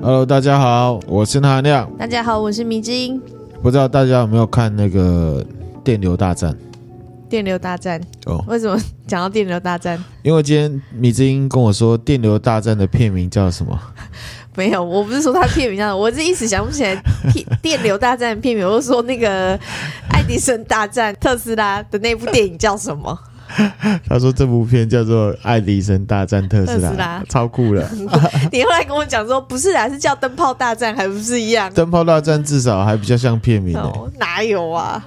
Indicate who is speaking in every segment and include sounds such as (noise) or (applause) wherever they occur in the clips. Speaker 1: Hello，大家好，我是韩亮。
Speaker 2: 大家好，我是迷之音。
Speaker 1: 不知道大家有没有看那个《电流大战》
Speaker 2: 电流大战
Speaker 1: 哦？
Speaker 2: 为什么讲到电流大战？
Speaker 1: 因为今天米之音跟我说，《电流大战》的片名叫什么？
Speaker 2: (laughs) 没有，我不是说他片名上，我是一时想不起 (laughs) 来片电流大战的片名，我是说那个爱迪生大战特斯拉的那部电影叫什 (laughs) 么？
Speaker 1: (laughs) 他说这部片叫做《爱迪生大战特斯拉》，
Speaker 2: 特斯拉
Speaker 1: 超酷
Speaker 2: (laughs)
Speaker 1: 了。
Speaker 2: 你后来跟我讲说不是啦，是叫灯泡大战，还不是一样？
Speaker 1: 灯泡大战至少还比较像片名、欸、
Speaker 2: 哦，哪有啊？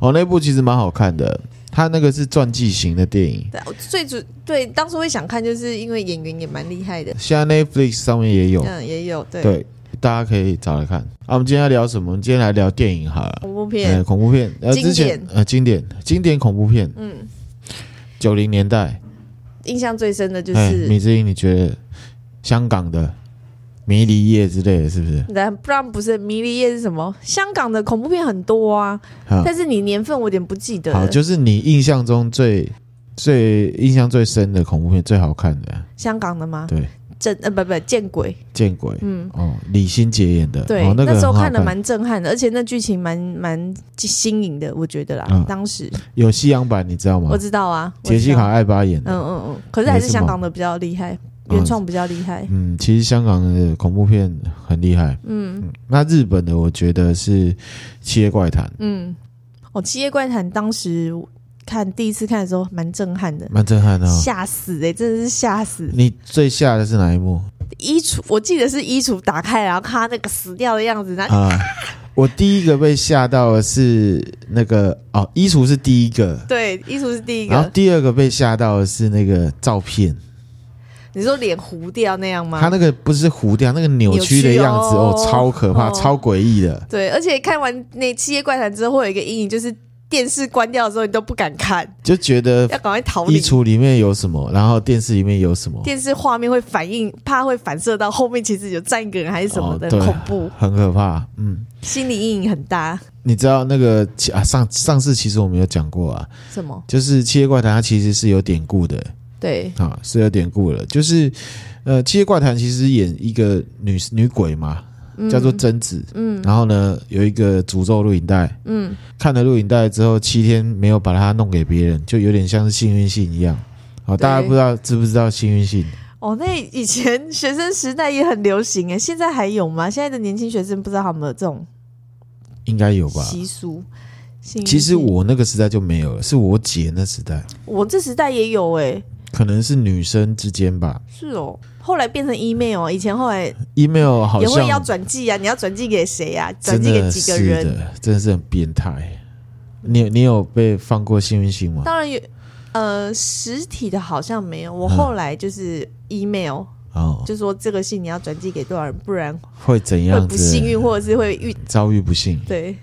Speaker 1: 哦，那部其实蛮好看的，它那个是传记型的电影。
Speaker 2: 对，最主对当时会想看，就是因为演员也蛮厉害的，
Speaker 1: 现在 Netflix 上面也有，
Speaker 2: 嗯，也有对
Speaker 1: 对，大家可以找来看。啊，我们今天要聊什么？我们今天来聊电影好了。
Speaker 2: 恐怖
Speaker 1: 呃，
Speaker 2: 片，
Speaker 1: 恐怖片，呃，
Speaker 2: 经
Speaker 1: 之前
Speaker 2: 典
Speaker 1: 呃，经典经典恐怖片，
Speaker 2: 嗯，
Speaker 1: 九零年代，
Speaker 2: 印象最深的就
Speaker 1: 哎，
Speaker 2: 是
Speaker 1: 米之英，你觉得香港的《迷离夜》之类的是不是？
Speaker 2: 然不然不是《迷离夜》是什么？香港的恐怖片很多啊，
Speaker 1: 啊，
Speaker 2: 但是你年份我有点不记得
Speaker 1: 好，
Speaker 2: 了。
Speaker 1: 就是你印象中最最印象最深的恐怖片，最好看的，
Speaker 2: 香港的吗？
Speaker 1: 对，《
Speaker 2: 真呃不不见鬼，
Speaker 1: 见鬼》
Speaker 2: 嗯，
Speaker 1: 哦，李心洁演的，
Speaker 2: 对，
Speaker 1: 哦、那个
Speaker 2: 时候
Speaker 1: 很好看
Speaker 2: 看的蛮震撼的，而且那剧情蛮蛮新颖的，我觉得啦。
Speaker 1: 嗯
Speaker 2: 当时
Speaker 1: 有西洋版，你知道吗
Speaker 2: 我？知道啊，我知
Speaker 1: 杰西
Speaker 2: 道
Speaker 1: 卡，艾巴演的
Speaker 2: 嗯，嗯嗯，可是还
Speaker 1: 也
Speaker 2: 是
Speaker 1: 是
Speaker 2: 香
Speaker 1: 嘛
Speaker 2: 港的比较厉害，
Speaker 1: 嗯
Speaker 2: 原创比较厉害。
Speaker 1: 嗯，其实香港的恐怖片很厉害，
Speaker 2: 嗯
Speaker 1: 那日本的我觉得是《七夜怪谈》，
Speaker 2: 嗯，哦，《七夜怪谈》当时看第一次看的时候蛮震撼的，
Speaker 1: 蛮震撼的、哦。
Speaker 2: 吓死哎、真的是吓死！
Speaker 1: 你最吓的是哪一幕
Speaker 2: 衣橱，我记得是衣橱打开，然后看他那个死掉的样子，然后
Speaker 1: 啊？我第一个被吓到的是那个哦，衣橱是第一个，
Speaker 2: (laughs) 对，衣橱是第一
Speaker 1: 然后
Speaker 2: 个。
Speaker 1: 第二个被吓到的是那个照片，
Speaker 2: 你说脸糊掉那样吗？
Speaker 1: 他那个不是糊掉，那个扭曲的样子
Speaker 2: 扭
Speaker 1: 哦
Speaker 2: 曲哦
Speaker 1: 超可怕，
Speaker 2: 哦
Speaker 1: 超诡异的。
Speaker 2: 对，而且看完那《七夜怪谈》之后，会有一个阴影，就是电视关掉的时候，你都不敢看，
Speaker 1: 就觉得
Speaker 2: 要赶快逃
Speaker 1: 衣
Speaker 2: 离。
Speaker 1: 橱里面有什么，然后电视里面有什么，
Speaker 2: 电视画面会反应，怕会反射到后面，其实有站一个人还是什么的，
Speaker 1: 哦对
Speaker 2: 恐怖，
Speaker 1: 很可怕。嗯，
Speaker 2: 心理阴影很大。
Speaker 1: 你知道那个啊上上次其实我们有讲过啊，
Speaker 2: 什么？
Speaker 1: 就是《七夜怪谈》它其实是有典故的
Speaker 2: 对，
Speaker 1: 啊，是有典故的，就是呃，《七夜怪谈》其实演一个女女鬼嘛，叫做贞子，
Speaker 2: 嗯
Speaker 1: 然后呢有一个诅咒录影带。
Speaker 2: 嗯，
Speaker 1: 看了录影带之后，七天没有把它弄给别人，就有点像是幸运信一样。好，
Speaker 2: 对
Speaker 1: 大家不知道知不知道幸运信？
Speaker 2: 哦，那以前学生时代也很流行欸诶，现在还有吗？现在的年轻学生不知道他们有这种
Speaker 1: 应该有吧？
Speaker 2: 习俗。幸运
Speaker 1: 其实
Speaker 2: 性
Speaker 1: 我那个时代就没有了，是我姐那时代，
Speaker 2: 我这时代也有诶，
Speaker 1: 可能是女生之间吧。
Speaker 2: 是哦，后来变成 email 哦，以前后来
Speaker 1: email 好
Speaker 2: 也会要
Speaker 1: 像
Speaker 2: 转寄啊，你要转寄给谁啊？转
Speaker 1: 真
Speaker 2: 寄给
Speaker 1: 的
Speaker 2: 几个
Speaker 1: 是
Speaker 2: 人？
Speaker 1: 的，真的是很变态。你有你有被放过幸运信吗？
Speaker 2: 当然有，呃，实体的好像没有。我后来就是 email，、
Speaker 1: 嗯哦，
Speaker 2: 就说这个信你要转寄给多少人，不然
Speaker 1: 会怎
Speaker 2: 会
Speaker 1: 样
Speaker 2: 不
Speaker 1: 子？
Speaker 2: 幸运，或者是会遇
Speaker 1: 遭遇不幸。
Speaker 2: 对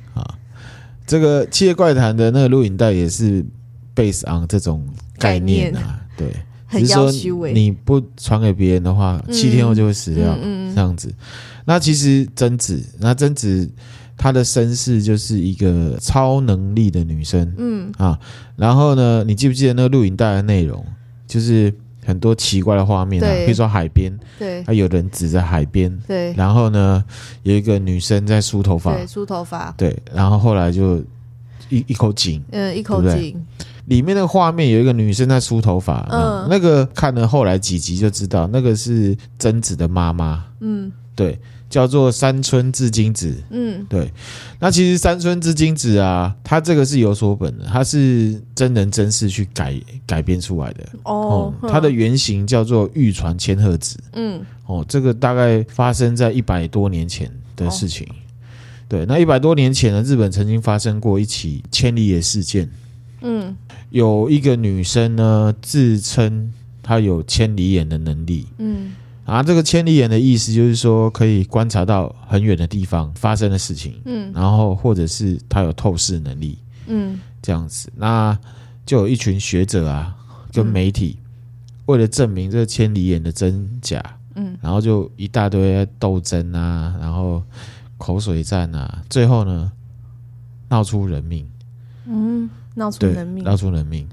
Speaker 1: 这个《七夜怪谈》的那个录影带也是 based on 这种概念 (laughs) 啊，对，
Speaker 2: 很
Speaker 1: 只是说
Speaker 2: 要虚伪
Speaker 1: 你不传给别人的话，
Speaker 2: 嗯
Speaker 1: 七天后就会死掉，
Speaker 2: 嗯嗯嗯
Speaker 1: 这样子。那其实贞子，那贞子她的身世就是一个超能力的女生，嗯啊，然后呢，你记不记得那个录影带的内容？就是很多奇怪的画面啊，
Speaker 2: 对
Speaker 1: 比如说海边，
Speaker 2: 对
Speaker 1: 还有人指着海边，
Speaker 2: 对
Speaker 1: 然后呢，有一个女生在梳头发，
Speaker 2: 对，梳头发，
Speaker 1: 对，然后后来就一一口井，
Speaker 2: 嗯，一口
Speaker 1: 对不对
Speaker 2: 井，
Speaker 1: 里面那个画面有一个女生在梳头发，
Speaker 2: 嗯
Speaker 1: 嗯，那个看了后来几集就知道，那个是贞子的妈妈，
Speaker 2: 嗯
Speaker 1: 对，叫做山村至今子。
Speaker 2: 嗯
Speaker 1: 对，那其实山村至今子啊，它这个是有所本的，它是真人真事去改改编出来的。
Speaker 2: 哦，
Speaker 1: 嗯它的
Speaker 2: 哼
Speaker 1: 原型叫做玉船千鹤子。
Speaker 2: 嗯
Speaker 1: 哦，这个大概发生在一百多年前的事情。对，那一百多年前呢，日本曾经发生过一起千里野事件，
Speaker 2: 嗯
Speaker 1: 有一个女生呢自称她有千里眼的能力。
Speaker 2: 嗯
Speaker 1: 啊，这个千里眼的意思就是说可以观察到很远的地方发生的事情，
Speaker 2: 嗯
Speaker 1: 然后或者是她有透视能力
Speaker 2: 嗯
Speaker 1: 这样子。那就有一群学者啊
Speaker 2: 嗯
Speaker 1: 跟媒体、为了证明这个千里眼的真假，
Speaker 2: 嗯，
Speaker 1: 然后就一大堆斗争啊，然后口水战啊，最后呢闹出人命，
Speaker 2: 嗯，闹出
Speaker 1: 对
Speaker 2: 人，命，
Speaker 1: 闹出人命。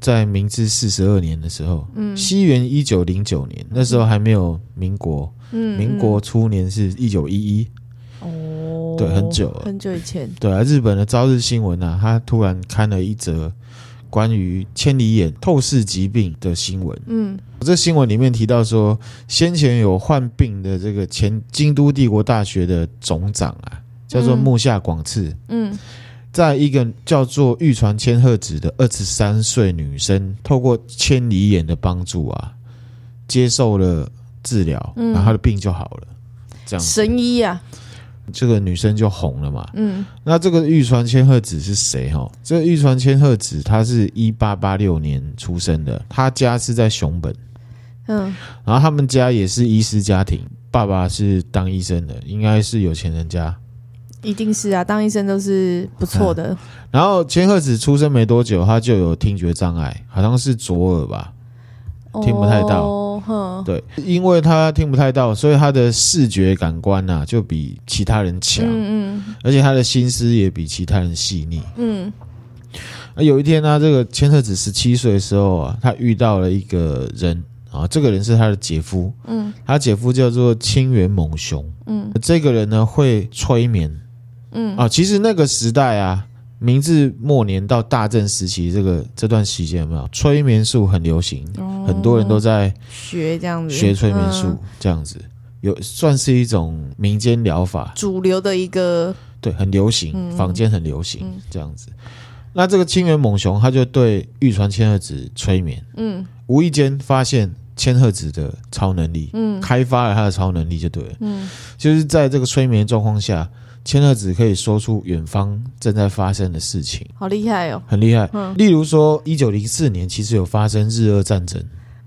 Speaker 1: 在明治四十二年的时候，嗯，西元一九零九年，那时候还没有民国，
Speaker 2: 嗯，
Speaker 1: 民国初年是一九一一，
Speaker 2: 哦，
Speaker 1: 对很久了
Speaker 2: 很久以前，
Speaker 1: 对啊，日本的《朝日新闻》啊，他突然刊了一则关于千里眼透视疾病的新闻。
Speaker 2: 嗯
Speaker 1: 这新闻里面提到说，先前有患病的这个前京都帝国大学的总长啊，叫做
Speaker 2: 嗯
Speaker 1: 木下广次，
Speaker 2: 嗯
Speaker 1: 在一个叫做玉传千鹤子的二十三岁女生，透过千里眼的帮助啊，接受了治疗，
Speaker 2: 嗯
Speaker 1: 然后她的病就好了。这样，
Speaker 2: 神医啊，
Speaker 1: 这个女生就红了嘛。
Speaker 2: 嗯
Speaker 1: 那这个玉川千鹤子是谁？哈，这个玉川千鹤子，她是一八八六年出生的，她家是在熊本，
Speaker 2: 嗯
Speaker 1: 然后他们家也是医师家庭，爸爸是当医生的，应该是有钱人家。
Speaker 2: 一定是啊，当医生都是不错的，
Speaker 1: 然后千鹤子出生没多久，她就有听觉障碍，好像是左耳吧。嗯听不太到
Speaker 2: 哦，哼，
Speaker 1: 对，因为她听不太到，所以她的视觉感官呐、就比其他人强，
Speaker 2: 嗯
Speaker 1: 而且她的心思也比其他人细腻。
Speaker 2: 嗯
Speaker 1: 那有一天呢、这个千鹤子十七岁的时候啊，她遇到了一个人啊，这个人是她的姐夫，
Speaker 2: 嗯
Speaker 1: 她姐夫叫做清源猛雄。
Speaker 2: 嗯
Speaker 1: 这个人呢会催眠
Speaker 2: 嗯
Speaker 1: 啊，其实那个时代啊，明治末年到大正时期这个这段期间有没有催眠术很流行，
Speaker 2: 嗯，
Speaker 1: 很多人都在
Speaker 2: 学这样子，
Speaker 1: 学催眠术
Speaker 2: 嗯
Speaker 1: 这样子。有算是一种民间疗法，
Speaker 2: 主流的一个，
Speaker 1: 对，很流行，
Speaker 2: 嗯
Speaker 1: 坊间很流行、
Speaker 2: 嗯
Speaker 1: 这样子。那这个清源猛雄他就对玉川千鹤子催眠，
Speaker 2: 嗯
Speaker 1: 无意间发现千鹤子的超能力，
Speaker 2: 嗯
Speaker 1: 开发了他的超能力就对了。
Speaker 2: 嗯
Speaker 1: 就是在这个催眠状况下，千鹤子可以说出远方正在发生的事情，
Speaker 2: 好厉害哦，
Speaker 1: 很厉害。
Speaker 2: 嗯
Speaker 1: 例如说，一九零四年其实有发生日俄战争，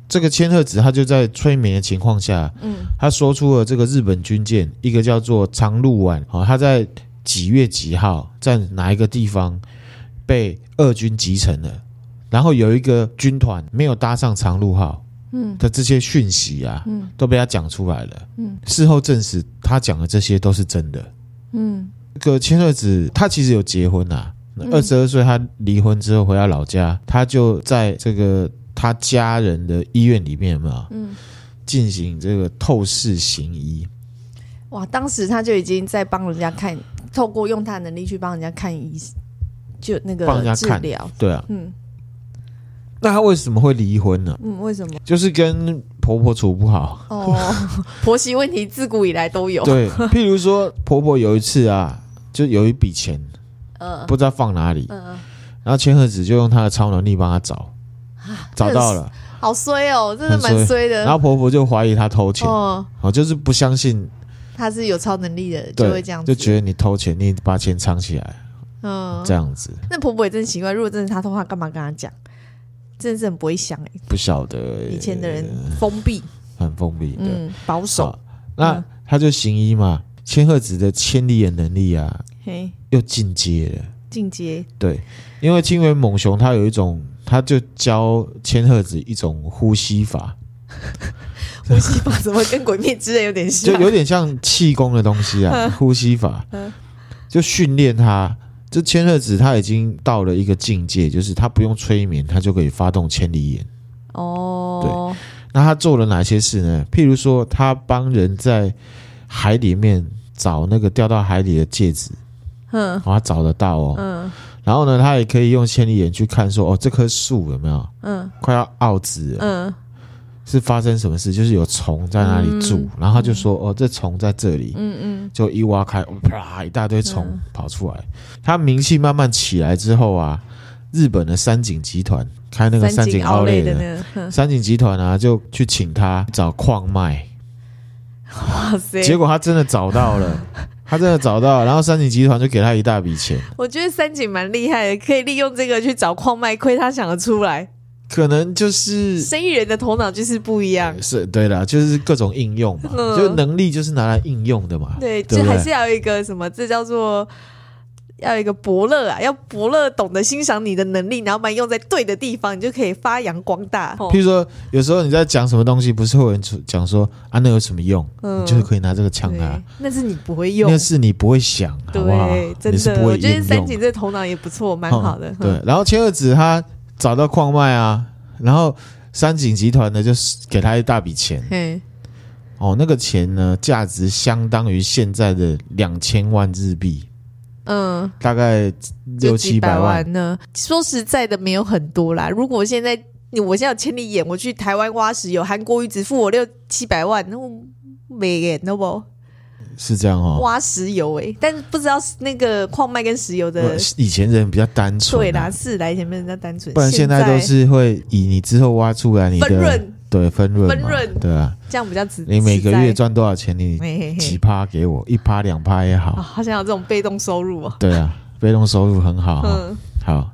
Speaker 1: 这个千鹤子他就在催眠的情况下，
Speaker 2: 嗯
Speaker 1: 他说出了这个日本军舰一个叫做长鹿丸，好、他在几月几号在哪一个地方被俄军击沉了，然后有一个军团没有搭上长鹿号。
Speaker 2: 嗯
Speaker 1: 的这些讯息啊，
Speaker 2: 嗯
Speaker 1: 都被他讲出来了。
Speaker 2: 嗯
Speaker 1: 事后证实，他讲的这些都是真的。
Speaker 2: 嗯
Speaker 1: 这个千鹤子她其实有结婚啊，
Speaker 2: 嗯
Speaker 1: 二十二岁她离婚之后回到老家，她就在这个她家人的医院里面嘛
Speaker 2: 嗯，
Speaker 1: 进行这个透视行医。
Speaker 2: 哇，当时他就已经在帮人家看，透过用他的能力去帮人家看医，就那
Speaker 1: 帮人家
Speaker 2: 个治
Speaker 1: 看
Speaker 2: 疗，
Speaker 1: 对啊，
Speaker 2: 嗯
Speaker 1: 那她为什么会离婚呢？
Speaker 2: 嗯，
Speaker 1: (laughs)
Speaker 2: 为什么？
Speaker 1: 就是跟婆婆处不好。
Speaker 2: 哦，婆媳问题自古以来都有，
Speaker 1: 对，譬如说婆婆有一次啊，就有一笔钱
Speaker 2: 嗯
Speaker 1: 不知道放哪里，
Speaker 2: 嗯嗯，
Speaker 1: 然后千鹤子就用她的超能力帮她找，
Speaker 2: 啊
Speaker 1: 找到了。
Speaker 2: 好衰哦，真的
Speaker 1: 很衰
Speaker 2: 蛮衰的。
Speaker 1: 然后婆婆就怀疑她偷钱，
Speaker 2: 哦，
Speaker 1: 哦，就是不相信，
Speaker 2: 他是有超能力的，就
Speaker 1: 对
Speaker 2: 会这样，子，
Speaker 1: 就觉得你偷钱，你把钱藏起来，
Speaker 2: 嗯
Speaker 1: 这。样子
Speaker 2: 那婆婆也真奇怪，如果真的是她的话，干嘛跟她讲？真的是很不会想哎、
Speaker 1: 不晓得
Speaker 2: 以前的人封闭，
Speaker 1: 很封闭，对，
Speaker 2: 嗯，保守，
Speaker 1: 好那
Speaker 2: 嗯
Speaker 1: 她就行医嘛，千鹤子的千里眼能力啊
Speaker 2: 嘿，
Speaker 1: 又进阶了，
Speaker 2: 进阶，
Speaker 1: 对，因为清源猛雄他有一种，他就教千鹤子一种呼吸法，
Speaker 2: (laughs) 呼吸法怎么跟鬼灭之刃有点
Speaker 1: 就 (laughs)
Speaker 2: 像？
Speaker 1: 有点像气功的东西
Speaker 2: (laughs)
Speaker 1: 啊，呼吸法
Speaker 2: 嗯，
Speaker 1: 就训练他。这千鹤子他已经到了一个境界，就是他不用催眠，他就可以发动千里眼。
Speaker 2: 哦，
Speaker 1: 那他做了哪些事呢？譬如说，他帮人在海里面找那个掉到海里的戒指，
Speaker 2: 嗯
Speaker 1: 然后他找得到哦。
Speaker 2: 嗯
Speaker 1: 然后呢，他也可以用千里眼去看说，哦，这棵树有没有
Speaker 2: 嗯
Speaker 1: 快要傲枝了？
Speaker 2: 嗯
Speaker 1: 是发生什么事？就是有虫在那里住，
Speaker 2: 嗯
Speaker 1: 然后他就说，哦，这虫在这里。
Speaker 2: 嗯嗯，
Speaker 1: 就一挖开，啪，一大堆虫
Speaker 2: 嗯
Speaker 1: 跑出来。他名气慢慢起来之后啊，日本的三井集团开那个三井奥
Speaker 2: 奥
Speaker 1: 莱
Speaker 2: 的
Speaker 1: 的
Speaker 2: 呢？
Speaker 1: (laughs)
Speaker 2: 哼
Speaker 1: 三井集团啊，就去请他找矿脉，
Speaker 2: 哇塞！
Speaker 1: 结果他真的找到
Speaker 2: (laughs)
Speaker 1: 了，他真的找到了，然后三井集团就给他一大笔钱。
Speaker 2: 我觉得三井蛮厉害的，可以利用这个去找矿脉，亏他想得出来。
Speaker 1: 可能就是
Speaker 2: 生意人的头脑就是不一样，
Speaker 1: 是对啦，就是各种应用嘛，
Speaker 2: 嗯
Speaker 1: 就能力就是拿来应用的嘛。
Speaker 2: 对，
Speaker 1: 对
Speaker 2: 就
Speaker 1: 不
Speaker 2: 还
Speaker 1: 对
Speaker 2: 是要有一个什么，这叫做要有一个伯乐啊，要伯乐懂得欣赏你的能力，然后把它用在对的地方，你就可以发扬光大。哦
Speaker 1: 譬如说，有时候你在讲什么东西，不是会有人出讲说啊，那有什么用？
Speaker 2: 嗯
Speaker 1: 你就可以拿这个呛
Speaker 2: 对
Speaker 1: 他。
Speaker 2: 那是你不会用
Speaker 1: 那，是你不会想，好不好
Speaker 2: 对，？真
Speaker 1: 你是
Speaker 2: 的，
Speaker 1: 不会
Speaker 2: 我觉
Speaker 1: 应
Speaker 2: 得
Speaker 1: 用
Speaker 2: 三井这头脑也不错，蛮好的
Speaker 1: 嗯。
Speaker 2: 嗯
Speaker 1: 对，然后千鹤子她找到矿脉啊，然后三井集团呢就是给他一大笔钱
Speaker 2: 嘿，
Speaker 1: 哦，那个钱呢价值相当于现在的两千万日币，
Speaker 2: 嗯，
Speaker 1: 大概
Speaker 2: 就
Speaker 1: 六
Speaker 2: 几
Speaker 1: 七
Speaker 2: 百
Speaker 1: 百万。
Speaker 2: 万呢。说实在的，没有很多啦。如果现在你我现在有千里眼，我去台湾挖石油，韩国瑜只付我六七百万，那我没眼，那不
Speaker 1: 是这样哦。
Speaker 2: 挖石油哎、但是不知道那个矿脉跟石油的
Speaker 1: 以前人比较单纯、啊，
Speaker 2: 对啦，是来以前没人家单纯，
Speaker 1: 不然现在都是会以你之后挖出来你
Speaker 2: 分
Speaker 1: 的
Speaker 2: 润，
Speaker 1: 对分润嘛
Speaker 2: 分润
Speaker 1: 对啊，
Speaker 2: 这样比较直。
Speaker 1: 你每个
Speaker 2: 实在
Speaker 1: 月赚多少钱，你
Speaker 2: 嘿嘿
Speaker 1: 几
Speaker 2: 嘿
Speaker 1: 趴给我，一趴两趴也
Speaker 2: 啊，
Speaker 1: 好，
Speaker 2: 好想有这种被动收入哦。
Speaker 1: 对啊，被动收入很好啊，
Speaker 2: 嗯，
Speaker 1: 好，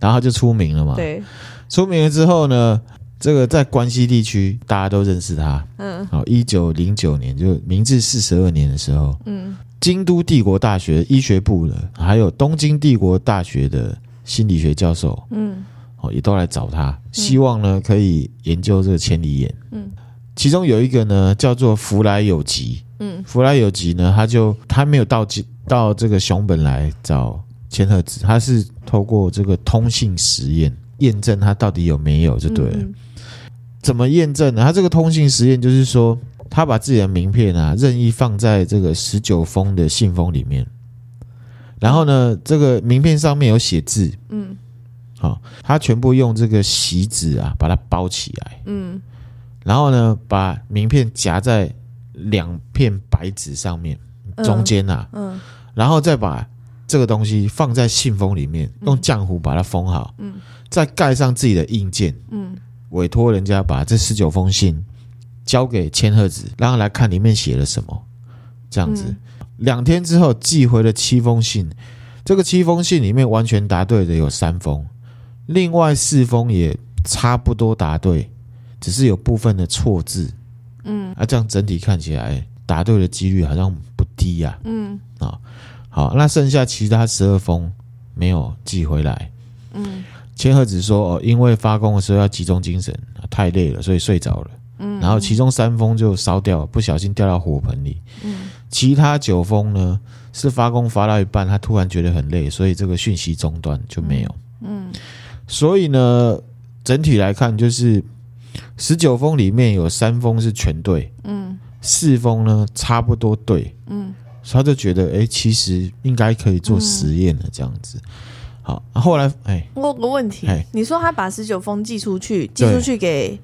Speaker 1: 然后就出名了嘛，
Speaker 2: 对，
Speaker 1: 出名了之后呢，这个在关西地区大家都认识他，
Speaker 2: 嗯
Speaker 1: 好，一九零九年就明治四十二年的时候，
Speaker 2: 嗯，
Speaker 1: 京都帝国大学医学部的，还有东京帝国大学的心理学教授，
Speaker 2: 嗯
Speaker 1: 哦，也都来找他，希望呢可以研究这个千里眼。
Speaker 2: 嗯，
Speaker 1: 其中有一个呢叫做福来有吉，
Speaker 2: 嗯
Speaker 1: 福来有吉呢，他就他没有到吉到这个熊本来找千鹤子，他是透过这个通信实验验证他到底有没有就对了。
Speaker 2: 嗯
Speaker 1: 怎么验证呢？他这个通信实验就是说，他把自己的名片啊任意放在这个十九封的信封里面，然后呢，这个名片上面有写字，
Speaker 2: 嗯
Speaker 1: 好、他全部用这个席子啊把它包起来，
Speaker 2: 嗯
Speaker 1: 然后呢，把名片夹在两片白纸上面
Speaker 2: 嗯
Speaker 1: 中间啊，
Speaker 2: 嗯
Speaker 1: 然后再把这个东西放在信封里面，
Speaker 2: 嗯
Speaker 1: 用浆糊把它封好，
Speaker 2: 嗯
Speaker 1: 再盖上自己的印鉴，
Speaker 2: 嗯
Speaker 1: 委托人家把这十九封信交给千鹤子，让他来看里面写了什么，这样子。
Speaker 2: 嗯
Speaker 1: 两天之后寄回了七封信，这个七封信里面完全答对的有三封，另外四封也差不多答对，只是有部分的错字。
Speaker 2: 嗯
Speaker 1: 啊，这样整体看起来答对的几率好像不低呀、
Speaker 2: 嗯
Speaker 1: 好，那剩下其他十二封没有寄回来。
Speaker 2: 嗯
Speaker 1: 千鹤子说：“哦，因为发功的时候要集中精神，啊太累了，所以睡着了。
Speaker 2: 嗯
Speaker 1: 然后其中三封就烧掉了，不小心掉到火盆里。
Speaker 2: 嗯
Speaker 1: 其他九封呢是发功发到一半，他突然觉得很累，所以这个讯息中断就没有。
Speaker 2: 嗯
Speaker 1: 所以呢，整体来看就是十九封里面有三封是全对，
Speaker 2: 嗯
Speaker 1: 四封呢差不多对，
Speaker 2: 嗯
Speaker 1: 所以他就觉得哎、诶其实应该可以做实验了这样子。好，啊后来哎、
Speaker 2: 我有个问题
Speaker 1: 嘿，
Speaker 2: 你说他把十九封寄出去，寄出去给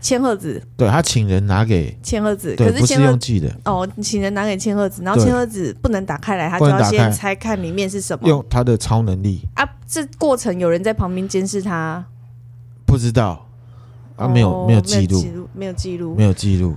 Speaker 2: 千鹤子，
Speaker 1: 对他请人拿给。”
Speaker 2: 千鹤子，
Speaker 1: 对
Speaker 2: 可，
Speaker 1: 不是
Speaker 2: 千鹤
Speaker 1: 用寄的，
Speaker 2: 哦，请人拿给千鹤子，然后
Speaker 1: 对
Speaker 2: 千鹤子不能打开来，他
Speaker 1: 不
Speaker 2: 就
Speaker 1: 能
Speaker 2: 要
Speaker 1: 打
Speaker 2: 先
Speaker 1: 开
Speaker 2: 猜看里面是什么
Speaker 1: 用他的超能力，
Speaker 2: 啊。这过程有人在旁边监视他，
Speaker 1: 不知道啊，没有、
Speaker 2: 哦
Speaker 1: 没有记录，
Speaker 2: 录，没有记录
Speaker 1: 没，有记录。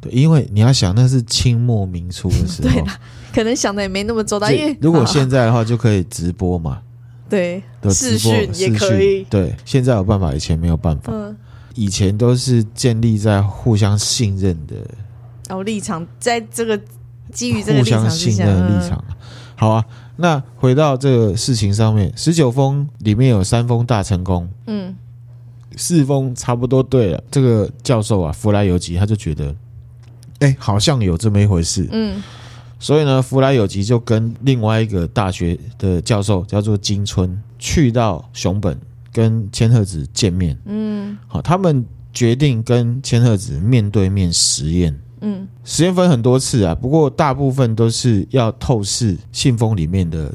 Speaker 1: 对，因为你要想，那是清末民初的时
Speaker 2: 对
Speaker 1: 候，
Speaker 2: 可能想的也没那么周到，因
Speaker 1: 这
Speaker 2: 为
Speaker 1: 如果
Speaker 2: 啊
Speaker 1: 现在的话，就可以直播
Speaker 2: (laughs)
Speaker 1: 嘛，
Speaker 2: 对
Speaker 1: 对，
Speaker 2: 视
Speaker 1: 直播
Speaker 2: 讯
Speaker 1: 视
Speaker 2: 也可以
Speaker 1: 对，现在有办法，以前没有办法。
Speaker 2: 嗯，
Speaker 1: 以前都是建立在互相信任的，
Speaker 2: 然后啊立场在这个基于这个
Speaker 1: 互
Speaker 2: 立场
Speaker 1: 相
Speaker 2: 之
Speaker 1: 信
Speaker 2: 下，
Speaker 1: 任的
Speaker 2: 嗯
Speaker 1: 立场。好啊，那回到这个事情上面，十九封里面有三封大成功，
Speaker 2: 嗯
Speaker 1: 四封差不多对了。这个教授啊，弗莱尤吉他就觉得，哎、好像有这么一回事。
Speaker 2: 嗯
Speaker 1: 所以呢，弗莱有吉就跟另外一个大学的教授叫做金春，去到熊本跟千鹤子见面。
Speaker 2: 嗯
Speaker 1: 好，他们决定跟千鹤子面对面实验。
Speaker 2: 嗯
Speaker 1: 实验分很多次啊，不过大部分都是要透视信封里面的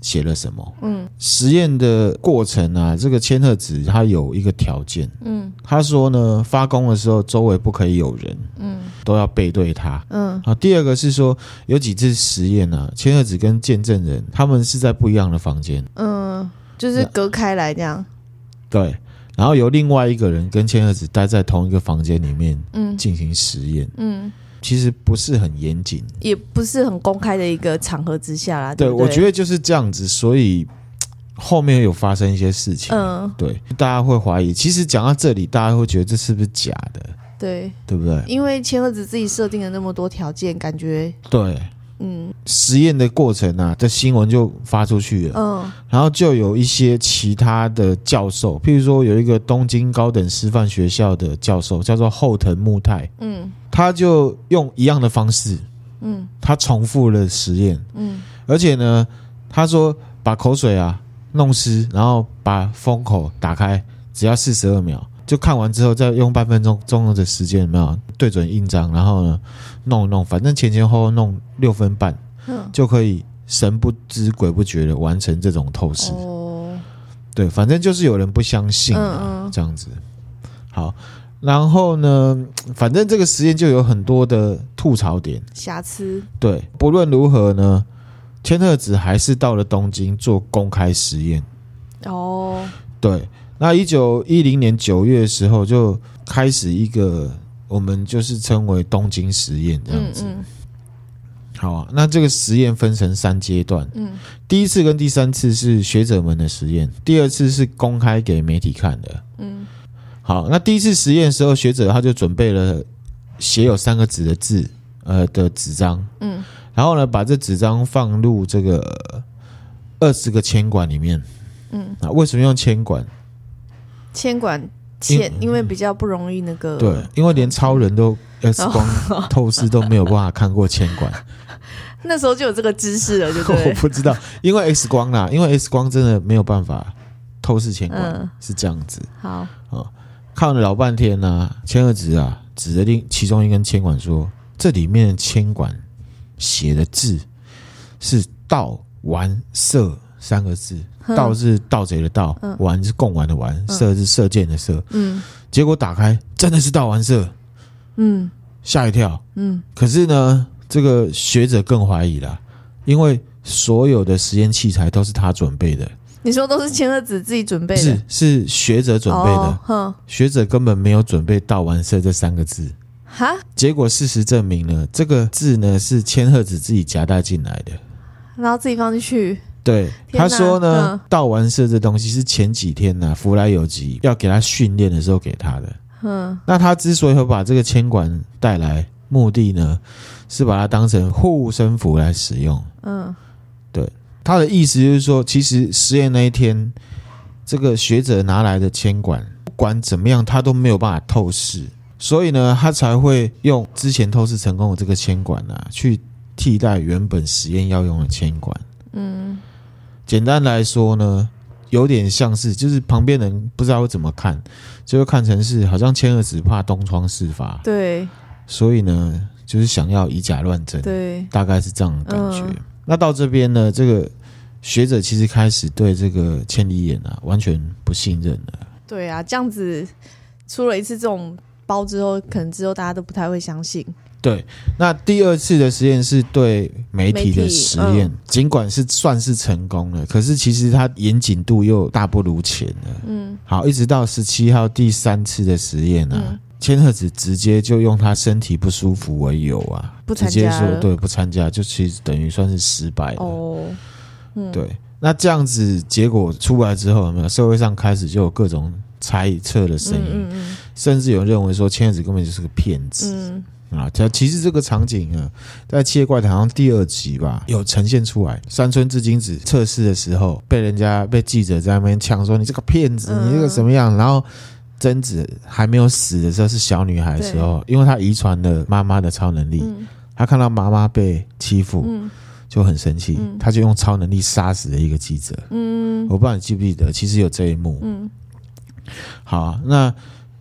Speaker 1: 写了什么。
Speaker 2: 嗯
Speaker 1: 实验的过程啊，这个千鹤子他有一个条件，
Speaker 2: 嗯
Speaker 1: 他说呢，发功的时候周围不可以有人，
Speaker 2: 嗯
Speaker 1: 都要背对他。
Speaker 2: 嗯
Speaker 1: 好，第二个是说有几次实验啊，千鹤子跟见证人他们是在不一样的房间，
Speaker 2: 嗯，就是隔开来这样，
Speaker 1: 对，然后有另外一个人跟千鹤子待在同一个房间里面
Speaker 2: 嗯
Speaker 1: 进行实验，
Speaker 2: 嗯，
Speaker 1: 其实不是很严谨。
Speaker 2: 也不是很公开的一个场合之下啦，
Speaker 1: 对，
Speaker 2: 不
Speaker 1: 我觉
Speaker 2: 得，
Speaker 1: 得就是这样子，所以嘖后面有发生一些事情，
Speaker 2: 嗯，
Speaker 1: 对，大家会怀疑。其实讲到这里，大家会觉得这是不是假的，
Speaker 2: 对，
Speaker 1: 对不对？
Speaker 2: 因为千鹤子自己设定了那么多条件，感觉，
Speaker 1: 对，
Speaker 2: 嗯
Speaker 1: 实验的过程啊，这新闻就发出去了。
Speaker 2: 嗯
Speaker 1: 然后就有一些其他的教授，譬如说有一个东京高等师范学校的教授叫做后藤木太，
Speaker 2: 嗯
Speaker 1: 他就用一样的方式，
Speaker 2: 嗯
Speaker 1: 他重复了实验，
Speaker 2: 嗯
Speaker 1: 而且呢，他说把口水啊弄湿，然后把风口打开，只要四十二秒，就看完之后再用半分钟钟的时间，有没有对准印章，然后呢弄一弄，反正前前后后弄六分半，
Speaker 2: 嗯，
Speaker 1: 就可以神不知鬼不觉的完成这种透视。
Speaker 2: 哦，
Speaker 1: 对，反正就是有人不相信、啊，
Speaker 2: 嗯嗯
Speaker 1: 这样子。好，然后呢，反正这个实验就有很多的吐槽点。
Speaker 2: 瑕疵，
Speaker 1: 对，不论如何呢，千鹤子还是到了东京做公开实验。
Speaker 2: 哦，
Speaker 1: 对，那一九一零年九月的时候就开始一个我们就是称为东京实验这样
Speaker 2: 嗯
Speaker 1: 子。
Speaker 2: 嗯
Speaker 1: 好啊，那这个实验分成三阶段，
Speaker 2: 嗯，
Speaker 1: 第一次跟第三次是学者们的实验，第二次是公开给媒体看的。
Speaker 2: 嗯，
Speaker 1: 好，那第一次实验的时候，学者他就准备了写有三个纸的字，呃的纸张，
Speaker 2: 嗯，
Speaker 1: 然后呢，把这纸张放入这个二十个铅管里面。
Speaker 2: 嗯，
Speaker 1: 啊，为什么用铅管？
Speaker 2: 铅管铅，因为比较不容易那个，
Speaker 1: 对，，因为连超人都 X 光透视都没有办法看过铅管，
Speaker 2: 那时候就有这个知识了， (laughs) 对不
Speaker 1: 我 (laughs)
Speaker 2: 对？
Speaker 1: 不知道，因为 X 光啦，因为 X 光真的没有办法透视铅管，
Speaker 2: 嗯，
Speaker 1: 是这样子。
Speaker 2: 好，
Speaker 1: 看了老半天呢、千鹤子啊指着另其中一根铅管说：“这里面的铅管写的字是‘盗玩射’三个字，‘
Speaker 2: 嗯
Speaker 1: 盗’是盗贼的‘盗’，‘玩’是共玩的‘玩’，‘射’是射箭的‘射
Speaker 2: 嗯’。
Speaker 1: 结果打开真的是‘盗玩射
Speaker 2: 嗯’，
Speaker 1: 吓一跳。
Speaker 2: 嗯，
Speaker 1: 可是呢，这个学者更怀疑啦，因为所有的实验器材都是他准备的，
Speaker 2: 你说都是千鹤子自己准备
Speaker 1: 不
Speaker 2: 的，
Speaker 1: 是是学者准备的
Speaker 2: 哦，，哼，
Speaker 1: 学者根本没有准备‘盗玩射’这三个字。”
Speaker 2: 哈，
Speaker 1: 结果事实证明呢，这个字呢是千鹤子自己夹带进来的。
Speaker 2: 然后自己放进去，
Speaker 1: 对，
Speaker 2: 天
Speaker 1: 他
Speaker 2: 哪
Speaker 1: 说呢
Speaker 2: 嗯，
Speaker 1: 道完社这东西是前几天呢、福来有吉要给他训练的时候给他的。
Speaker 2: 嗯，
Speaker 1: 那他之所以会把这个铅管带来，目的呢是把它当成护身符来使用。
Speaker 2: 嗯，
Speaker 1: 他的意思就是说，其实实验那一天，这个学者拿来的铅管，不管怎么样，他都没有办法透视，所以呢，他才会用之前透视成功的这个铅管啊，去替代原本实验要用的铅管。
Speaker 2: 嗯，
Speaker 1: 简单来说呢，有点像是就是旁边人不知道会怎么看，就会看成是好像千鹤子怕东窗事发，
Speaker 2: 对
Speaker 1: 所以呢，就是想要以假乱真。
Speaker 2: 对，
Speaker 1: 大概是这样的感觉。
Speaker 2: 嗯
Speaker 1: 那到这边呢，这个学者其实开始对这个千里眼啊完全不信任了。
Speaker 2: 对啊，这样子出了一次这种包之后，可能之后大家都不太会相信。
Speaker 1: 对，那第二次的实验是对媒体
Speaker 2: 媒
Speaker 1: 的
Speaker 2: 体嗯
Speaker 1: 实验，尽管是算是成功了，可是其实它严谨度又大不如前了。
Speaker 2: 嗯
Speaker 1: 好，一直到十七号第三次的实验啊，
Speaker 2: 嗯
Speaker 1: 千鹤子直接就用他身体不舒服为由啊，
Speaker 2: 不
Speaker 1: 直
Speaker 2: 参
Speaker 1: 接
Speaker 2: 加
Speaker 1: 说
Speaker 2: 了
Speaker 1: 对不参加，就其实等于算是失败了。
Speaker 2: 哦，嗯，
Speaker 1: 哎对，那这样子结果出来之后，有没有社会上开始就有各种猜测的声
Speaker 2: 嗯
Speaker 1: 音，
Speaker 2: 嗯嗯
Speaker 1: 甚至有人认为说千鹤子根本就是个骗子、
Speaker 2: 嗯，
Speaker 1: 啊！其其实这个场景啊，在《七夜怪谈》好像第二集吧有呈现出来。山村至今子测试的时候，被人家被记者在那边呛说：“你这个骗子，
Speaker 2: 嗯
Speaker 1: 你这个怎么样？”然后。贞子还没有死的时候是小女孩的时候，因为她遗传了妈妈的超能力，
Speaker 2: 嗯
Speaker 1: 她看到妈妈被欺负，
Speaker 2: 嗯
Speaker 1: 就很生气，
Speaker 2: 嗯
Speaker 1: 她就用超能力杀死了一个记者。
Speaker 2: 嗯
Speaker 1: 我不知道你记不记得，其实有这一幕。
Speaker 2: 嗯
Speaker 1: 好啊、那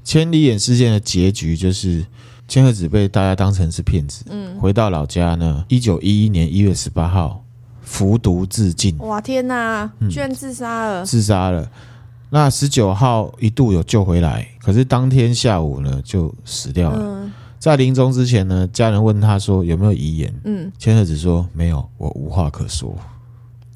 Speaker 1: 千里眼事件的结局就是千鹤子被大家当成是骗子，
Speaker 2: 嗯，
Speaker 1: 回到老家呢，一九一一年一月十八号服毒自尽，
Speaker 2: 嗯哇天哪，居然自杀了！
Speaker 1: 嗯自杀了。那十九号一度有救回来，可是当天下午呢就死掉了。
Speaker 2: 嗯
Speaker 1: 在临终之前呢，家人问他说有没有遗言，
Speaker 2: 嗯，
Speaker 1: 千鹤子说没有，我无话可说，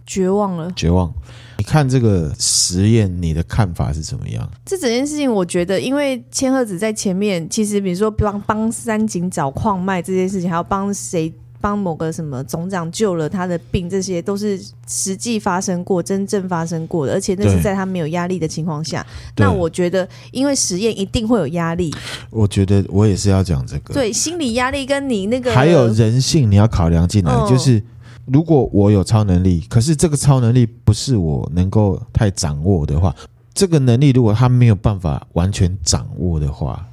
Speaker 2: 绝望了。
Speaker 1: 绝望。你看这个实验，你的看法是怎么样？
Speaker 2: 这整件事情，我觉得，因为千鹤子在前面，其实比如说帮帮三井找矿脉这件事情，还有帮谁帮某个什么总长救了他的病，这些都是实际发生过、真正发生过的，而且那
Speaker 1: 对
Speaker 2: 是在他没有压力的情况下。
Speaker 1: 对
Speaker 2: 那我觉得，因为实验一定会有压力，
Speaker 1: 我觉得我也是要讲这个。
Speaker 2: 对心理压力跟你那个
Speaker 1: 还有人性你要考量进来，
Speaker 2: 嗯
Speaker 1: 就是如果我有超能力，可是这个超能力不是我能够太掌握的话，这个能力如果他没有办法完全掌握的话，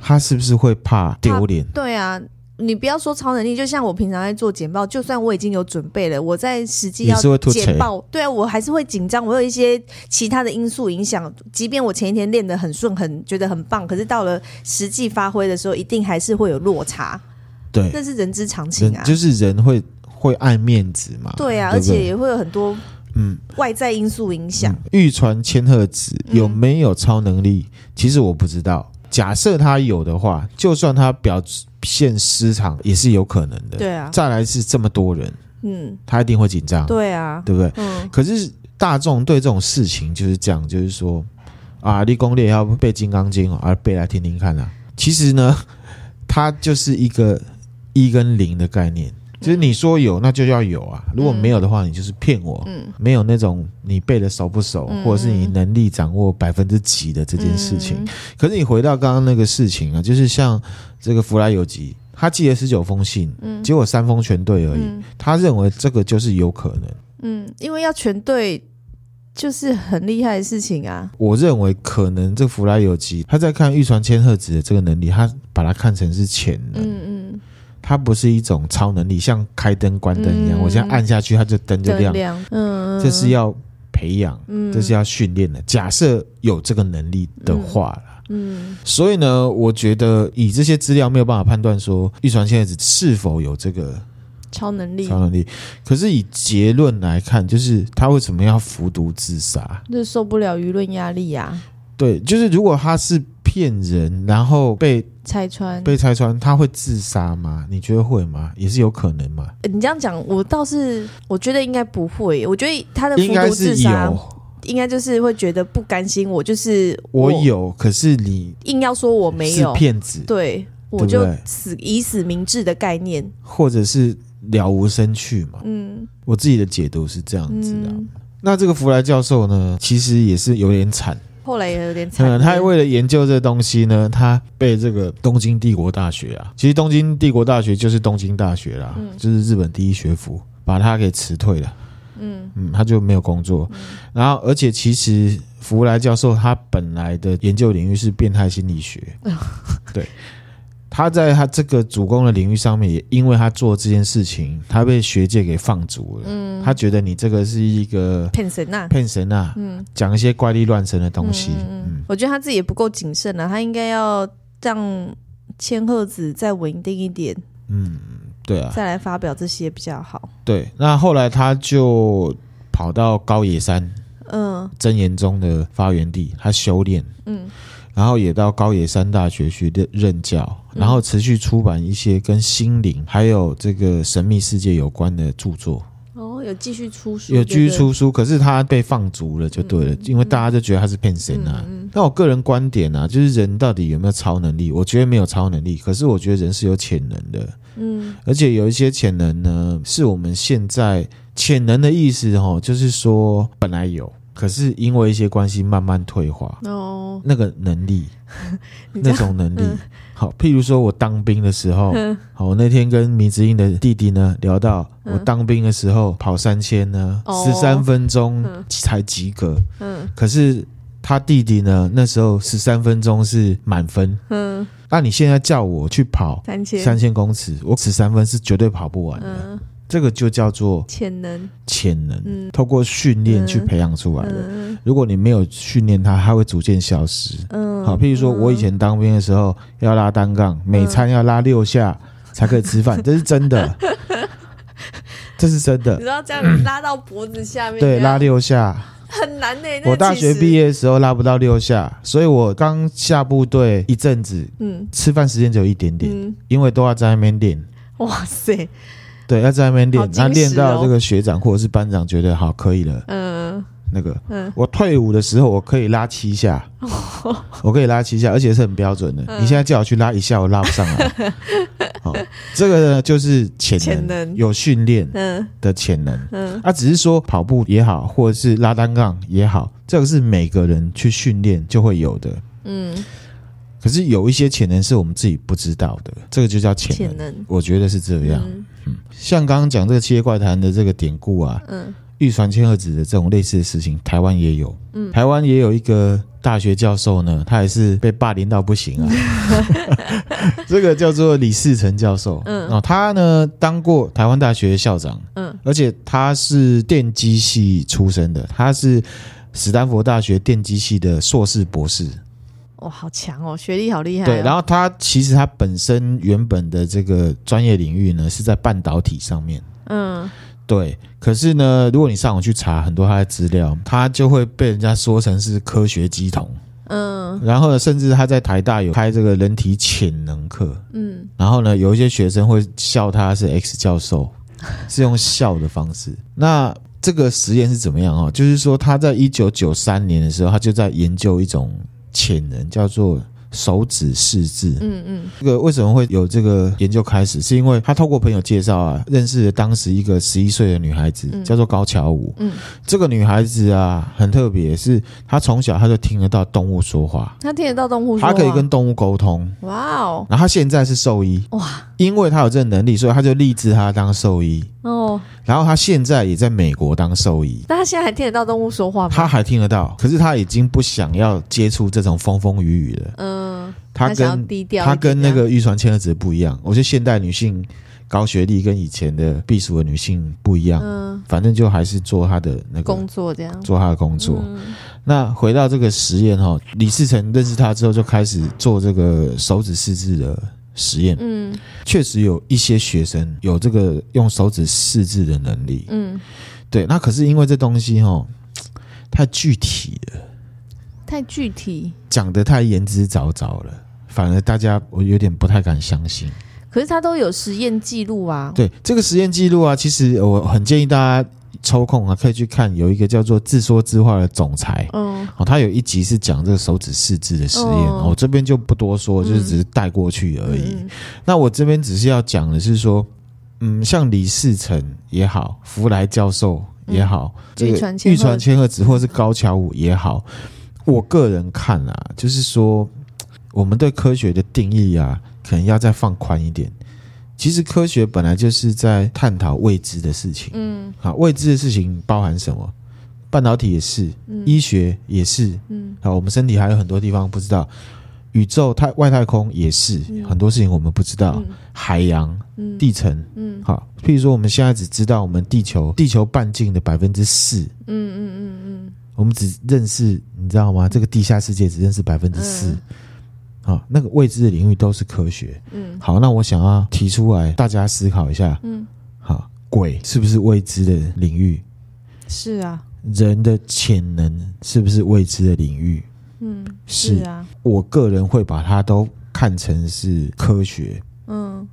Speaker 1: 他是不是会怕丢脸？
Speaker 2: 对啊，你不要说超能力，就像我平常在做简报，就算我已经有准备了，我在实际
Speaker 1: 也
Speaker 2: 要
Speaker 1: 是会吐
Speaker 2: 简
Speaker 1: 槽
Speaker 2: 报，对啊，我还是会紧张，我有一些其他的因素影响。即便我前一天练得很顺，很觉得很棒，可是到了实际发挥的时候，一定还是会有落差，
Speaker 1: 对，
Speaker 2: 那是人之常情
Speaker 1: 人
Speaker 2: 啊。
Speaker 1: 就是人会会爱面子嘛，
Speaker 2: 对啊，而
Speaker 1: 不对
Speaker 2: 且也会有很多
Speaker 1: 嗯
Speaker 2: 外在因素影响。
Speaker 1: 嗯玉传千鹤子有没有超能力？其实我不知道。假设他有的话，就算他表现失常，也是有可能的。
Speaker 2: 对啊，
Speaker 1: 再来是这么多人，
Speaker 2: 嗯，
Speaker 1: 他一定会紧张，
Speaker 2: 对啊，
Speaker 1: 对不对？
Speaker 2: 嗯，
Speaker 1: 可是大众对这种事情就是这样，就是说啊，立功烈要背《金刚经》哦，啊，背来听听看啊。其实呢， (laughs) 它就是一个一跟零的概念，就是你说有，那就要有啊；如果没有的话，你就是骗我。
Speaker 2: 嗯
Speaker 1: 没有那种你背的熟不熟，
Speaker 2: 嗯
Speaker 1: 或者是你能力掌握百分之几的这件事情。
Speaker 2: 嗯
Speaker 1: 可是你回到刚刚那个事情啊，就是像这个弗莱尤吉，他寄了十九封信，
Speaker 2: 嗯
Speaker 1: 结果三封全对而已。
Speaker 2: 嗯
Speaker 1: 他认为这个就是有可能。
Speaker 2: 嗯，因为要全对，就是很厉害的事情啊。
Speaker 1: 我认为可能这弗莱尤吉他在看玉传千鹤子的这个能力，他把它看成是潜能，
Speaker 2: 嗯嗯，
Speaker 1: 它不是一种超能力，像开灯关灯一样，
Speaker 2: 嗯
Speaker 1: 我现在按下去它就灯就亮，
Speaker 2: 亮，嗯，
Speaker 1: 这是要培养，这是要训练的。假设有这个能力的话啦
Speaker 2: 嗯
Speaker 1: 所以呢，我觉得以这些资料没有办法判断说玉传千鹤子是否有这个
Speaker 2: 超能力
Speaker 1: 超，能力，可是以结论来看，就是他为什么要服毒自杀？
Speaker 2: 就是受不了舆论压力啊，
Speaker 1: 对，就是如果他是骗人，然后被
Speaker 2: 拆穿。
Speaker 1: 被拆穿，他会自杀吗？你觉得会吗？也是有可能吗？
Speaker 2: 呃你这样讲，我倒是我觉得应该不会，我觉得他的
Speaker 1: 应
Speaker 2: 服
Speaker 1: 该
Speaker 2: 毒
Speaker 1: 是
Speaker 2: 自杀，
Speaker 1: 有，
Speaker 2: 应该就是会觉得不甘心，我就是
Speaker 1: 我有，可是你
Speaker 2: 硬要说我没
Speaker 1: 是
Speaker 2: 有，
Speaker 1: 骗子，
Speaker 2: 对，我
Speaker 1: 对不
Speaker 2: 就
Speaker 1: 对
Speaker 2: 死以死明志的概念，
Speaker 1: 或者是了无生趣嘛？
Speaker 2: 嗯
Speaker 1: 我自己的解读是这样子的。啊
Speaker 2: 嗯，
Speaker 1: 那这个弗莱教授呢，其实也是有点惨，
Speaker 2: 后来也有点惨
Speaker 1: 嗯，
Speaker 2: 烈，
Speaker 1: 他为了研究这东西呢，他被这个东京帝国大学啊，其实东京帝国大学就是东京大学啦，就是日本第一学府，把他给辞退了。
Speaker 2: 嗯
Speaker 1: 嗯，他就没有工作。然后，而且其实弗莱教授他本来的研究领域是变态心理
Speaker 2: (laughs)
Speaker 1: 学，对。他在他这个主攻的领域上面，也因为他做这件事情，他被学界给放逐了。
Speaker 2: 嗯，
Speaker 1: 他觉得你这个是一个
Speaker 2: 骗神呐，
Speaker 1: 骗神啊，
Speaker 2: 嗯
Speaker 1: 讲一些怪力乱神的东西。
Speaker 2: 嗯
Speaker 1: 嗯，
Speaker 2: 我觉得他自己也不够谨慎了、啊，他应该要让千鹤子再稳定一点，
Speaker 1: 对啊，
Speaker 2: 再来发表这些比较好。
Speaker 1: 对。那后来他就跑到高野山
Speaker 2: 嗯
Speaker 1: 真言宗的发源地，他修炼。
Speaker 2: 嗯
Speaker 1: 然后也到高野山大学去任任教，
Speaker 2: 嗯
Speaker 1: 然后持续出版一些跟心灵还有这个神秘世界有关的著作，
Speaker 2: 哦，有继续出书，
Speaker 1: 有继续出书，可是他被放逐了就
Speaker 2: 嗯
Speaker 1: 对了，因为大家就觉得他是骗神啊。那我个人观点啊，就是人到底有没有超能力？我觉得没有超能力，可是我觉得人是有潜能的，
Speaker 2: 嗯
Speaker 1: 而且有一些潜能呢，是我们现在潜能的意思哦，就是说本来有，可是因为一些关系慢慢退化。
Speaker 2: 哦，
Speaker 1: 那个能力，
Speaker 2: (laughs) 你
Speaker 1: 那
Speaker 2: 知道
Speaker 1: 种能力
Speaker 2: 嗯。
Speaker 1: 好，譬如说我当兵的时候，好，我那天跟米之英的弟弟呢聊到，
Speaker 2: 嗯
Speaker 1: 我当兵的时候跑三千呢，
Speaker 2: 哦
Speaker 1: 十三分钟
Speaker 2: 嗯
Speaker 1: 才及格，
Speaker 2: 嗯
Speaker 1: 可是他弟弟呢，那时候十三分钟是满分。
Speaker 2: 嗯，
Speaker 1: 那你现在叫我去跑
Speaker 2: 三千，
Speaker 1: 三千公尺，我十三分是绝对跑不完的，
Speaker 2: 嗯，
Speaker 1: 这个就叫做
Speaker 2: 潜能，
Speaker 1: 潜能，
Speaker 2: 嗯
Speaker 1: 透过训练去
Speaker 2: 嗯
Speaker 1: 培养出来的。
Speaker 2: 嗯
Speaker 1: 如果你没有训练它，它会逐渐消失。
Speaker 2: 嗯，
Speaker 1: 好，譬如说我以前当兵的时候要拉单杠，每餐要拉六下
Speaker 2: 嗯
Speaker 1: 才可以吃
Speaker 2: (laughs)
Speaker 1: 饭，这是真的，这是真
Speaker 2: 你
Speaker 1: 的。
Speaker 2: 知道这样拉到脖子下面，
Speaker 1: 对，
Speaker 2: 这样
Speaker 1: 拉六下。
Speaker 2: 很难呢、啊那
Speaker 1: 我大学毕
Speaker 2: 业，
Speaker 1: 业的时候拉不到六下，所以我刚下部队一阵子，
Speaker 2: 嗯
Speaker 1: 吃饭时间只有一点点，
Speaker 2: 嗯，
Speaker 1: 因为都要在那边练。
Speaker 2: 哇塞，
Speaker 1: 对，要在那边
Speaker 2: 好
Speaker 1: 练，
Speaker 2: 矜
Speaker 1: 那练
Speaker 2: 持
Speaker 1: 到
Speaker 2: 哦
Speaker 1: 这个学长或者是班长觉得好可以了，
Speaker 2: 嗯
Speaker 1: 那个
Speaker 2: 嗯哦
Speaker 1: 我退伍的时候我可以拉七下，我可以拉七下，而且是很标准的。
Speaker 2: 嗯
Speaker 1: 你现在叫我去拉一下，我拉不上
Speaker 2: (laughs)
Speaker 1: 来。好，这个呢就是潜能，
Speaker 2: 潜能
Speaker 1: 有训练
Speaker 2: 嗯
Speaker 1: 的潜能。
Speaker 2: 嗯
Speaker 1: 啊，只是说跑步也好，或者是拉单杠也好，这个是每个人去训练就会有的。
Speaker 2: 嗯，
Speaker 1: 可是有一些潜能是我们自己不知道的，这个就叫潜能。
Speaker 2: 潜能，
Speaker 1: 我觉得是这样。
Speaker 2: 嗯
Speaker 1: 像刚刚讲这个《七夜怪谈》的这个典故啊，
Speaker 2: 嗯
Speaker 1: 玉传千鹤子的这种类似的事情，台湾也有。嗯，台湾也有一个大学教授呢，他也是被霸凌到不行 (laughs) 啊。这个叫做李世成教授。嗯，哦，他呢当过台湾大学校长。嗯，而且他是电机系出身的，他是史丹佛大学电机系的硕士博士。
Speaker 2: 哇、好强哦，学历好厉害、哦。
Speaker 1: 对，然
Speaker 2: 后
Speaker 1: 后他其实他本身原本的这个专业领域呢是在半导体上面。
Speaker 2: 嗯，
Speaker 1: 对，可是呢，如果你上网去查很多他的资料，他就会被人家说成是科学鸡童。
Speaker 2: 嗯
Speaker 1: 然后呢，甚至他在台大有开这个人体潜能课，
Speaker 2: 嗯，
Speaker 1: 然后呢，有一些学生会笑他是 X 教授， (laughs) 是用笑的方式。那这个实验是怎么样哦？就是说他在一九九三年的时候，他就在研究一种潜能，叫做手指试制。
Speaker 2: 嗯嗯
Speaker 1: 这个为什么会有这个研究开始？是因为他透过朋友介绍啊，认识了当时一个十一岁的女孩子，
Speaker 2: 嗯
Speaker 1: 叫做高桥舞。
Speaker 2: 嗯，
Speaker 1: 这个女孩子啊，很特别，是她从小她就听得到动物说话，
Speaker 2: 他听得到动物说
Speaker 1: 她
Speaker 2: 话，
Speaker 1: 可以跟动物沟通。
Speaker 2: 哇哦
Speaker 1: 然后她现在是兽医，
Speaker 2: 哇
Speaker 1: 因为她有这个能力，所以她就立志她当兽医。
Speaker 2: 哦，
Speaker 1: 然后她现在也在美国当兽医，
Speaker 2: 那他现在还听得到动物说话吗？
Speaker 1: 她还听得到，可是她已经不想要接触这种风风雨雨了。
Speaker 2: 嗯，
Speaker 1: 她
Speaker 2: 想要
Speaker 1: 跟
Speaker 2: 低调一点，
Speaker 1: 她跟那
Speaker 2: 这样
Speaker 1: 个玉传千鹤子不一样，我觉得现代女性高学历跟以前的避暑的女性不一样，
Speaker 2: 嗯
Speaker 1: 反正就还是做她的那个
Speaker 2: 工作这样
Speaker 1: 做她的工作。
Speaker 2: 嗯
Speaker 1: 那回到这个实验哈、哦，李世成认识她之后就开始做这个手指试制的实验，
Speaker 2: 嗯
Speaker 1: 确实有一些学生有这个用手指试制的能力，
Speaker 2: 嗯，
Speaker 1: 对，那可是因为这东西哈、哦、太具体了，
Speaker 2: 太具体。
Speaker 1: 讲得太言之凿凿了，反而大家我有点不太敢相信。
Speaker 2: 可是他都有实验记录啊，
Speaker 1: 对这个实验记录啊，其实我很建议大家抽空啊，可以去看有一个叫做“自说自话”的总裁。
Speaker 2: 嗯
Speaker 1: 哦，他有一集是讲这个手指试制的实验，
Speaker 2: 哦
Speaker 1: 我、这边就不多说，就是
Speaker 2: 嗯
Speaker 1: 只是带过去而已。
Speaker 2: 嗯
Speaker 1: 那我这边只是要讲的是说，嗯，像李世成也好，福来教授也好，嗯这
Speaker 2: 玉
Speaker 1: 个
Speaker 2: 川千鹤
Speaker 1: 玉川千鹤子或是高桥武也好，我个人看啊，就是说我们对科学的定义啊，可能要再放宽一点。其实科学本来就是在探讨未知的事情，
Speaker 2: 嗯
Speaker 1: 啊，未知的事情包含什么？半导体也是，
Speaker 2: 嗯
Speaker 1: 医学也是，
Speaker 2: 嗯
Speaker 1: 好，我们身体还有很多地方不知道，宇宙太外太空也是、
Speaker 2: 嗯
Speaker 1: 很多事情我们不知道，
Speaker 2: 嗯
Speaker 1: 海洋、
Speaker 2: 嗯
Speaker 1: 地层，
Speaker 2: 嗯
Speaker 1: 好，譬如说我们现在只知道我们地球地球半径的百分之四，
Speaker 2: 嗯嗯嗯
Speaker 1: 我们只认识，你知道吗？这个地下世界只认识百分之四
Speaker 2: 嗯。
Speaker 1: 好，那个未知的领域都是科学。
Speaker 2: 嗯
Speaker 1: 好，那我想要提出来，大家思考一下。
Speaker 2: 嗯
Speaker 1: 好，鬼是不是未知的领域？
Speaker 2: 嗯，是啊，
Speaker 1: 人的潜能是不是未知的领域？
Speaker 2: 嗯
Speaker 1: 是
Speaker 2: 是啊，
Speaker 1: 我个人会把它都看成是科学。
Speaker 2: 嗯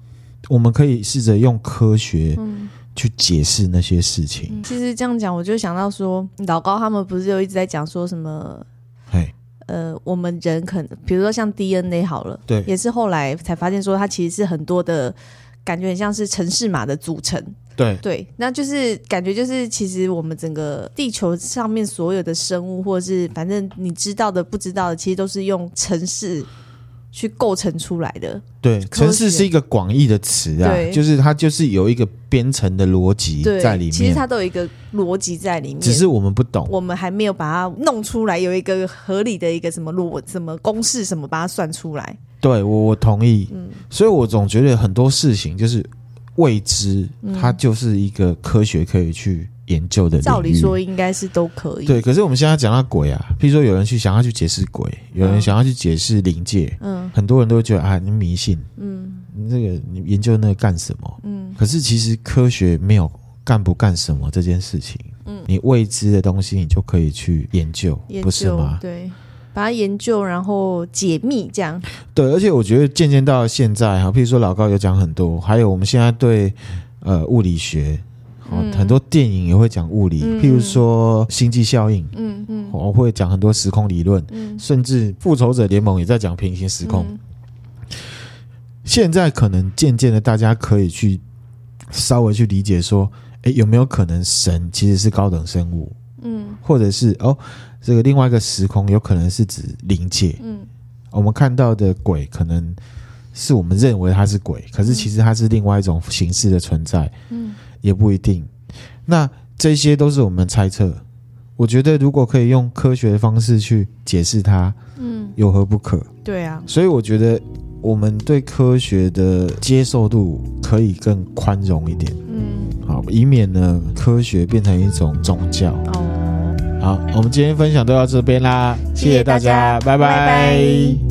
Speaker 1: 我们可以试着用科学
Speaker 2: 嗯。
Speaker 1: 去解释那些事情。
Speaker 2: 嗯其实这样讲，我就想到说，老高他们不是就一直在讲说什么？
Speaker 1: 哎，
Speaker 2: 呃，我们人可能，比如说像 DNA 好了，
Speaker 1: 对
Speaker 2: 也是后来才发现说，它其实是很多的感觉，很像是城市码的组成。
Speaker 1: 对
Speaker 2: 对，那就是感觉就是，其实我们整个地球上面所有的生物，或者是反正你知道的、不知道的，其实都是用城市去构成出来的。
Speaker 1: 对，
Speaker 2: 科学
Speaker 1: 城市是一个广义的词啊，
Speaker 2: 对
Speaker 1: 就是它就是有一个编程的逻辑
Speaker 2: 对，
Speaker 1: 在里
Speaker 2: 其实
Speaker 1: 面，
Speaker 2: 它都有一个逻辑在里面，
Speaker 1: 只是我们不懂。
Speaker 2: 我们还没有把它弄出来，有一个合理的一个什么逻、什么公式、什么把它算出来。
Speaker 1: 对我我同意，
Speaker 2: 嗯
Speaker 1: 所以我总觉得很多事情就是未知，
Speaker 2: 嗯
Speaker 1: 它就是一个科学可以去研究的领域。
Speaker 2: 照理说，应该是都可以。
Speaker 1: 对，，可是我们现在讲到鬼啊，譬如说有人去想要去解释鬼，有人
Speaker 2: 嗯
Speaker 1: 想要去解释灵界，
Speaker 2: 嗯
Speaker 1: 很多人都会觉得啊，你迷信，
Speaker 2: 嗯
Speaker 1: 你这个你研究那个干什么？
Speaker 2: 嗯
Speaker 1: 可是其实科学没有干不干什么这件事情，
Speaker 2: 嗯
Speaker 1: 你未知的东西你就可以去研究，
Speaker 2: 研
Speaker 1: 不是
Speaker 2: 究
Speaker 1: 吗？
Speaker 2: 对，把它研究，然后解密这样。
Speaker 1: 对，而且我觉得渐渐到现在哈，譬如说老高有讲很多，还有我们现在对呃物理学。哦，
Speaker 2: 嗯
Speaker 1: 很多电影也会讲物理，
Speaker 2: 嗯
Speaker 1: 譬如说《星际效应》
Speaker 2: 嗯嗯
Speaker 1: 我、会讲很多时空理论，
Speaker 2: 嗯，
Speaker 1: 甚至《复仇者联盟》也在讲平行时空。
Speaker 2: 嗯
Speaker 1: 现在可能渐渐的，大家可以去稍微去理解说，诶，有没有可能神其实是高等生物，
Speaker 2: 嗯
Speaker 1: 或者是哦，这个另外一个时空有可能是指灵界，
Speaker 2: 嗯
Speaker 1: 我们看到的鬼可能是我们认为它
Speaker 2: 嗯
Speaker 1: 是鬼，可是其实它是另外一种形式的存在，
Speaker 2: 嗯
Speaker 1: 也不一定。那这些都是我们猜测。我觉得如果可以用科学的方式去解释它，
Speaker 2: 嗯，
Speaker 1: 有何不可？
Speaker 2: 对啊，
Speaker 1: 所以我觉得我们对科学的接受度可以更宽容一点，
Speaker 2: 嗯，
Speaker 1: 好，以免呢科学变成一种宗教。
Speaker 2: 哦。
Speaker 1: 好，我们今天分享就到这边啦，谢
Speaker 2: 谢谢
Speaker 1: 大
Speaker 2: 大家
Speaker 1: 拜
Speaker 2: 拜拜